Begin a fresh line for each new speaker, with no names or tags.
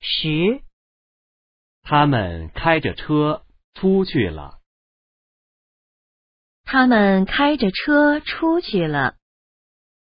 十
他们开着车出去了。
他们开着车出去了。